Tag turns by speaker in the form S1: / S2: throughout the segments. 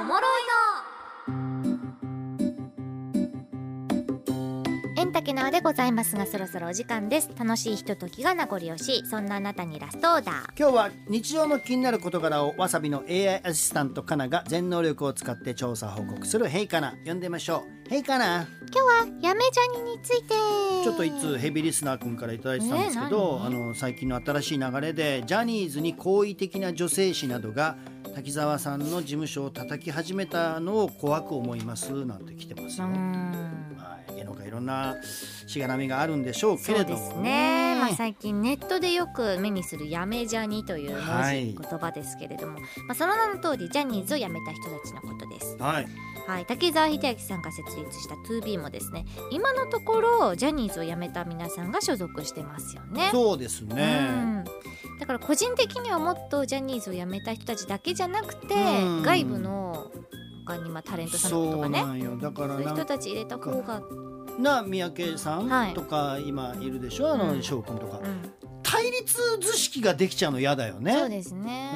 S1: おもろい
S2: エンタケナワでございますがそろそろお時間です楽しいひとときが名残惜しいそんなあなたにラストオーダー
S3: 今日は日常の気になる事柄をわさびの AI アシスタントかなが全能力を使って調査報告する「ヘイかな」呼んでみましょう「ヘイかな」
S2: やめジャニについて
S3: ちょっといつヘビーリスナー君から頂いてたんですけど、
S2: ね
S3: あ
S2: 何
S3: の最近の新しい流れでジャニーズに好意的な女性誌などが滝沢さんの事務所を叩き始めたのを怖く思いますなんて来てます
S2: うー
S3: よ。
S2: ん
S3: はい、芸能界いろんなしがらみがあるんでしょうけ
S2: そ
S3: れ
S2: う
S3: ど
S2: で
S3: も
S2: すね、まあ、最近ネットでよく目にする「やめジャニ」という文字、
S3: はい
S2: 言葉ですけれども、まあ、その名の通りジャニーズを辞めた人たちのことです、
S3: はい、
S2: はい、滝沢秀明さんが設立した 2B もですね今のところジャニーズを辞めた皆さんが所属してますよね。
S3: そうですね。
S2: うん、だから個人的にはもっとジャニーズを辞めた人たちだけじゃなくて、
S3: うん
S2: 外部の他にまあタレントさんと
S3: そ
S2: か
S3: う
S2: ね
S3: なんよ。だから
S2: そういう
S3: なん
S2: 人たち入れた方が、
S3: な三宅さ
S2: はい
S3: んとか今いるでしょ、あ
S2: う
S3: の
S2: ん
S3: 翔くんとか、
S2: うん
S3: 対立図式ができちゃうの嫌だよ
S2: そう
S3: ね。
S2: ですね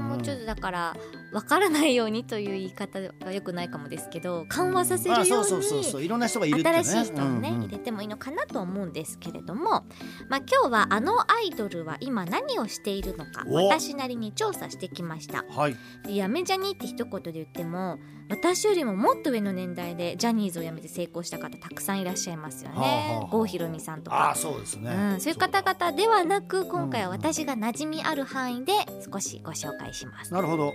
S3: うん
S2: もうちょっとだからわからないようにという言い方はよくないかもですけど緩和させる
S3: あ、そ
S2: よ
S3: う
S2: う
S3: そうそうそ
S2: に
S3: う。いろんな人がいるってね。
S2: 新しい人をね、
S3: うんうん
S2: 入れてもいいのかなと思うんですけれども、まあ、今日はあのアイドルは今何をしているのか
S3: お
S2: 私なりに調査してきました
S3: はい。
S2: でやめジャニーって一言で言っても私よりももっと上の年代でジャニーズを辞めて成功した方たくさんいらっしゃいますよ
S3: はあはあは
S2: ね
S3: あ
S2: 郷ひろみさんと
S3: あ
S2: か
S3: あ、そうですね。
S2: うん、そういう方
S3: そ
S2: 々ではなく今回は私が馴染みある範囲で少しご紹介します、
S3: うだ。なるほど。
S2: はい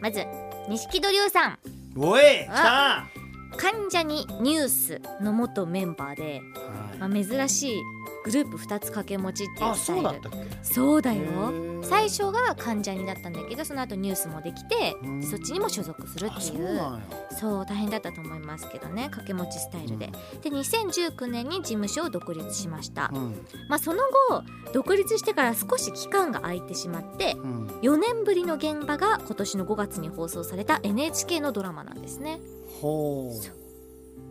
S2: まず錦戸龍さん
S3: おい、来た。は
S2: 関ジャニニュースの元メンバーで、まあ、珍しいグループ2つ掛け持ちって
S3: い、
S2: いう
S3: あ、
S2: スタ
S3: そ
S2: イ
S3: う
S2: ル
S3: だったっけ。
S2: そうだ
S3: へ
S2: よ
S3: ー
S2: 最初が関ジャニだったんだけどその後ニュースもできて
S3: うん
S2: そっちにも所属する
S3: あ、
S2: って
S3: そ
S2: いうう
S3: なんや。
S2: そう大変だったと思いますけどね掛け持ちスタイルで、で2019年に事務所を独立しました、
S3: うん
S2: まあ、その後独立してから少し期間が空いてしまって
S3: うん。
S2: 4年ぶりの現場が今年の5月に放送された NHK のドラマなんですね、
S3: ほう。
S2: そう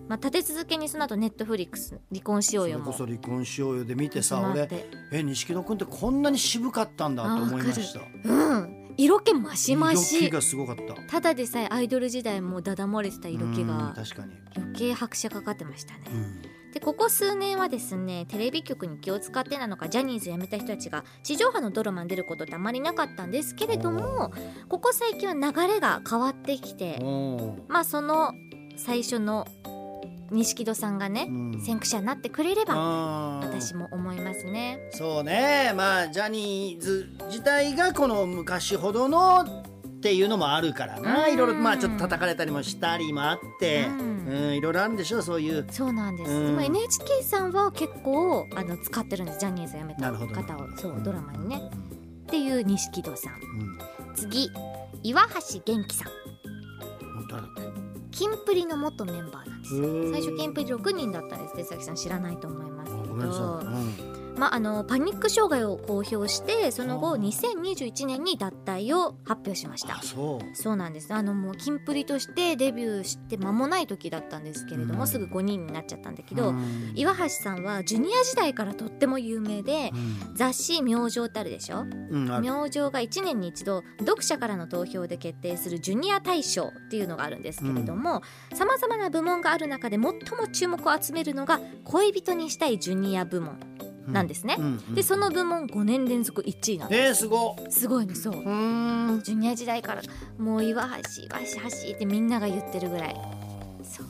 S2: まあ、立て続けにその後ネットフリックス離婚しよ
S3: そうれ
S2: よも
S3: こそ離婚しようよで見てさ、
S2: 始まっ
S3: 俺、
S2: て
S3: え、錦戸君ってこんなに渋かったんだと思いました。
S2: うん色気マシマ
S3: 色気
S2: シ
S3: がすごかった。
S2: ただでさえアイドル時代もダダ漏れてた色気
S3: うん
S2: が
S3: 確かに。
S2: 余計拍車かかってましたね
S3: うん
S2: でここ数年はですねテレビ局に気を使ってなのかジャニーズ辞めた人たちが地上波のドラマに出ることってあまりなかったんですけれどもここ最近は流れが変わってきて
S3: お
S2: まあその最初の錦戸さんがね、
S3: うん
S2: 先駆者になってくれれば私
S3: 私
S2: も思いますね。
S3: そうねまあジャニーズ自体がこの昔ほどのっていうのもあるからな
S2: うん
S3: いろいろまあちょっと叩かれたりもしたりもあって
S2: うん
S3: うんいろいろあるんでしょそういう
S2: そうなんです、
S3: うん
S2: でも NHK さんは結構あの使ってるんですジャニーズ辞め
S3: な
S2: た
S3: るほど
S2: 方をそうドラマにね。
S3: う
S2: っていう錦戸さん
S3: ん
S2: 次岩橋元気さん
S3: うん誰だっけ
S2: キンプリの元メンバーなんですよ
S3: へー
S2: 最初キンプリ6人だったんです手崎さん知らないと思います
S3: あ
S2: け
S3: ごめんなさい
S2: ど、
S3: うん
S2: まあ、あのパニック障害を公表してその後
S3: あー
S2: 2021年に脱退を発表しました
S3: あそう
S2: そうなんですあのもうキンプリとしてデビューして間もない時だったんですけれども、
S3: うん
S2: すぐ5人になっちゃったんだけど、
S3: うん
S2: 岩橋さんはジュニア時代からとっても有名で
S3: うん
S2: 雑誌「明星」ってあるでしょ
S3: うんある
S2: 明星が1年に一度読者からの投票で決定するジュニア大賞っていうのがあるんですけれどもさまざまな部門がある中で最も注目を集めるのが恋人にしたいジュニア部門なんですね
S3: う。んうん
S2: でその部門5年連続1位なんで
S3: えーすごっ
S2: すすごいのそう
S3: うーん
S2: ジュニア時代からもう岩橋岩橋橋ってみんなが言ってるぐらいそ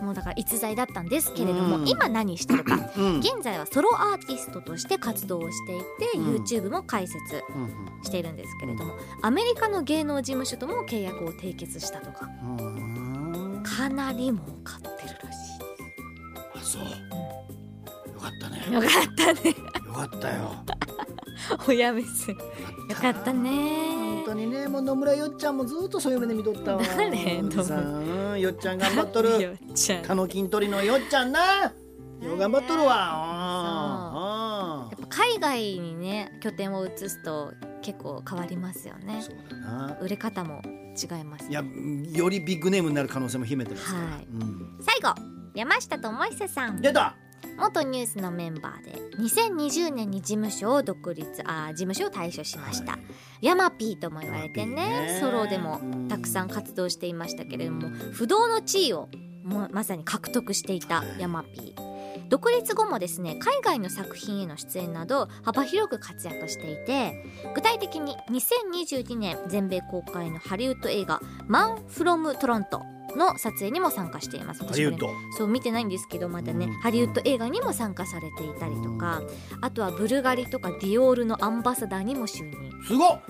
S2: うもうだから逸材だったんですけれども、
S3: うん
S2: 今何してるか
S3: うん
S2: 現在はソロアーティストとして活動をしていて、
S3: うん
S2: YouTube も開設
S3: うん
S2: しているんですけれどもアメリカの芸能事務所とも契約を締結したとか
S3: うんうん
S2: かなり儲かってるらし
S3: あそうよかった
S2: い
S3: ね
S2: よかったね
S3: よかったよ
S2: おやめすよかったね
S3: 本当にねもう野村よっちゃんもずっとそういう目で見とったわ
S2: 誰
S3: おじさんよっちゃん頑張っとる
S2: よっちゃんや
S3: 蚊の筋トりのよっちゃんなよう頑張っとるわ
S2: っぱ海外にね拠点を移すと結構変わりますよ
S3: うん
S2: ね
S3: そうだな
S2: 売れ方も違います
S3: いやよりビッグネームになる可能性も秘めてますから、
S2: はい
S3: うん
S2: 最後山下智久さん
S3: 出た
S2: 元ニュースのメンバーで2020年に事務所を独立あー事務所を退所しました、
S3: はい
S2: ヤマピーとも言われて
S3: ヤマピー
S2: ね
S3: ね
S2: ソロでもたくさん活動していましたけれども不動の地位をもうまさに獲得していた
S3: はい
S2: ヤマピー。独立後もですね海外の作品への出演など幅広く活躍していて具体的に2022年全米公開のハリウッド映画「マン・フロム・トロント」の撮影にも参加しています。
S3: ハリウッド
S2: そう見てないんですけどまたね、
S3: うん
S2: ハリウッド映画にも参加されていたりとか、あとはブルガリとかディオールのアンバサダーにも就任
S3: すごっ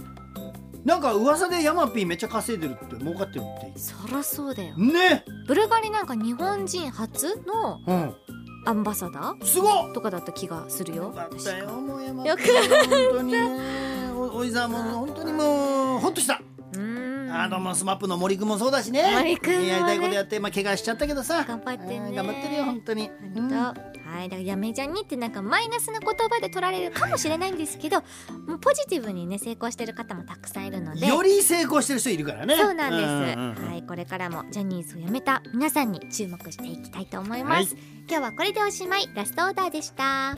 S3: なんか噂でヤマピーめっちゃ稼いでるって儲かってるって
S2: そらそうだよ
S3: ね
S2: ブルガリなんか日本人初の
S3: うん
S2: アンバサダ
S3: すごっ
S2: ーとかだった気がするよ
S3: よか
S2: 確
S3: ったよ
S2: か
S3: もうヤマピ
S2: よかっ
S3: ー本当にねおおいざ もう本当にもうほっとした
S2: うーん
S3: あのもうスマップの森くんもそうだしね。
S2: 森くんもね
S3: やりたいことやって、まあ怪我しちゃったけどさ。
S2: 頑張ってね
S3: うん頑張ってるよ、本当に。
S2: 本当はい、だからやめちゃんにってなんかマイナスな言葉で取られるかもしれないんですけどもうポジティブにね成功してる方もたくさんいるの
S3: うん
S2: で
S3: より成功してる人いるからね。
S2: そうなんです、
S3: うんうん
S2: はい、これからもジャニーズを辞めた皆さんに注目していきたいと思います、今日はこれでおしまいラストオーダーでした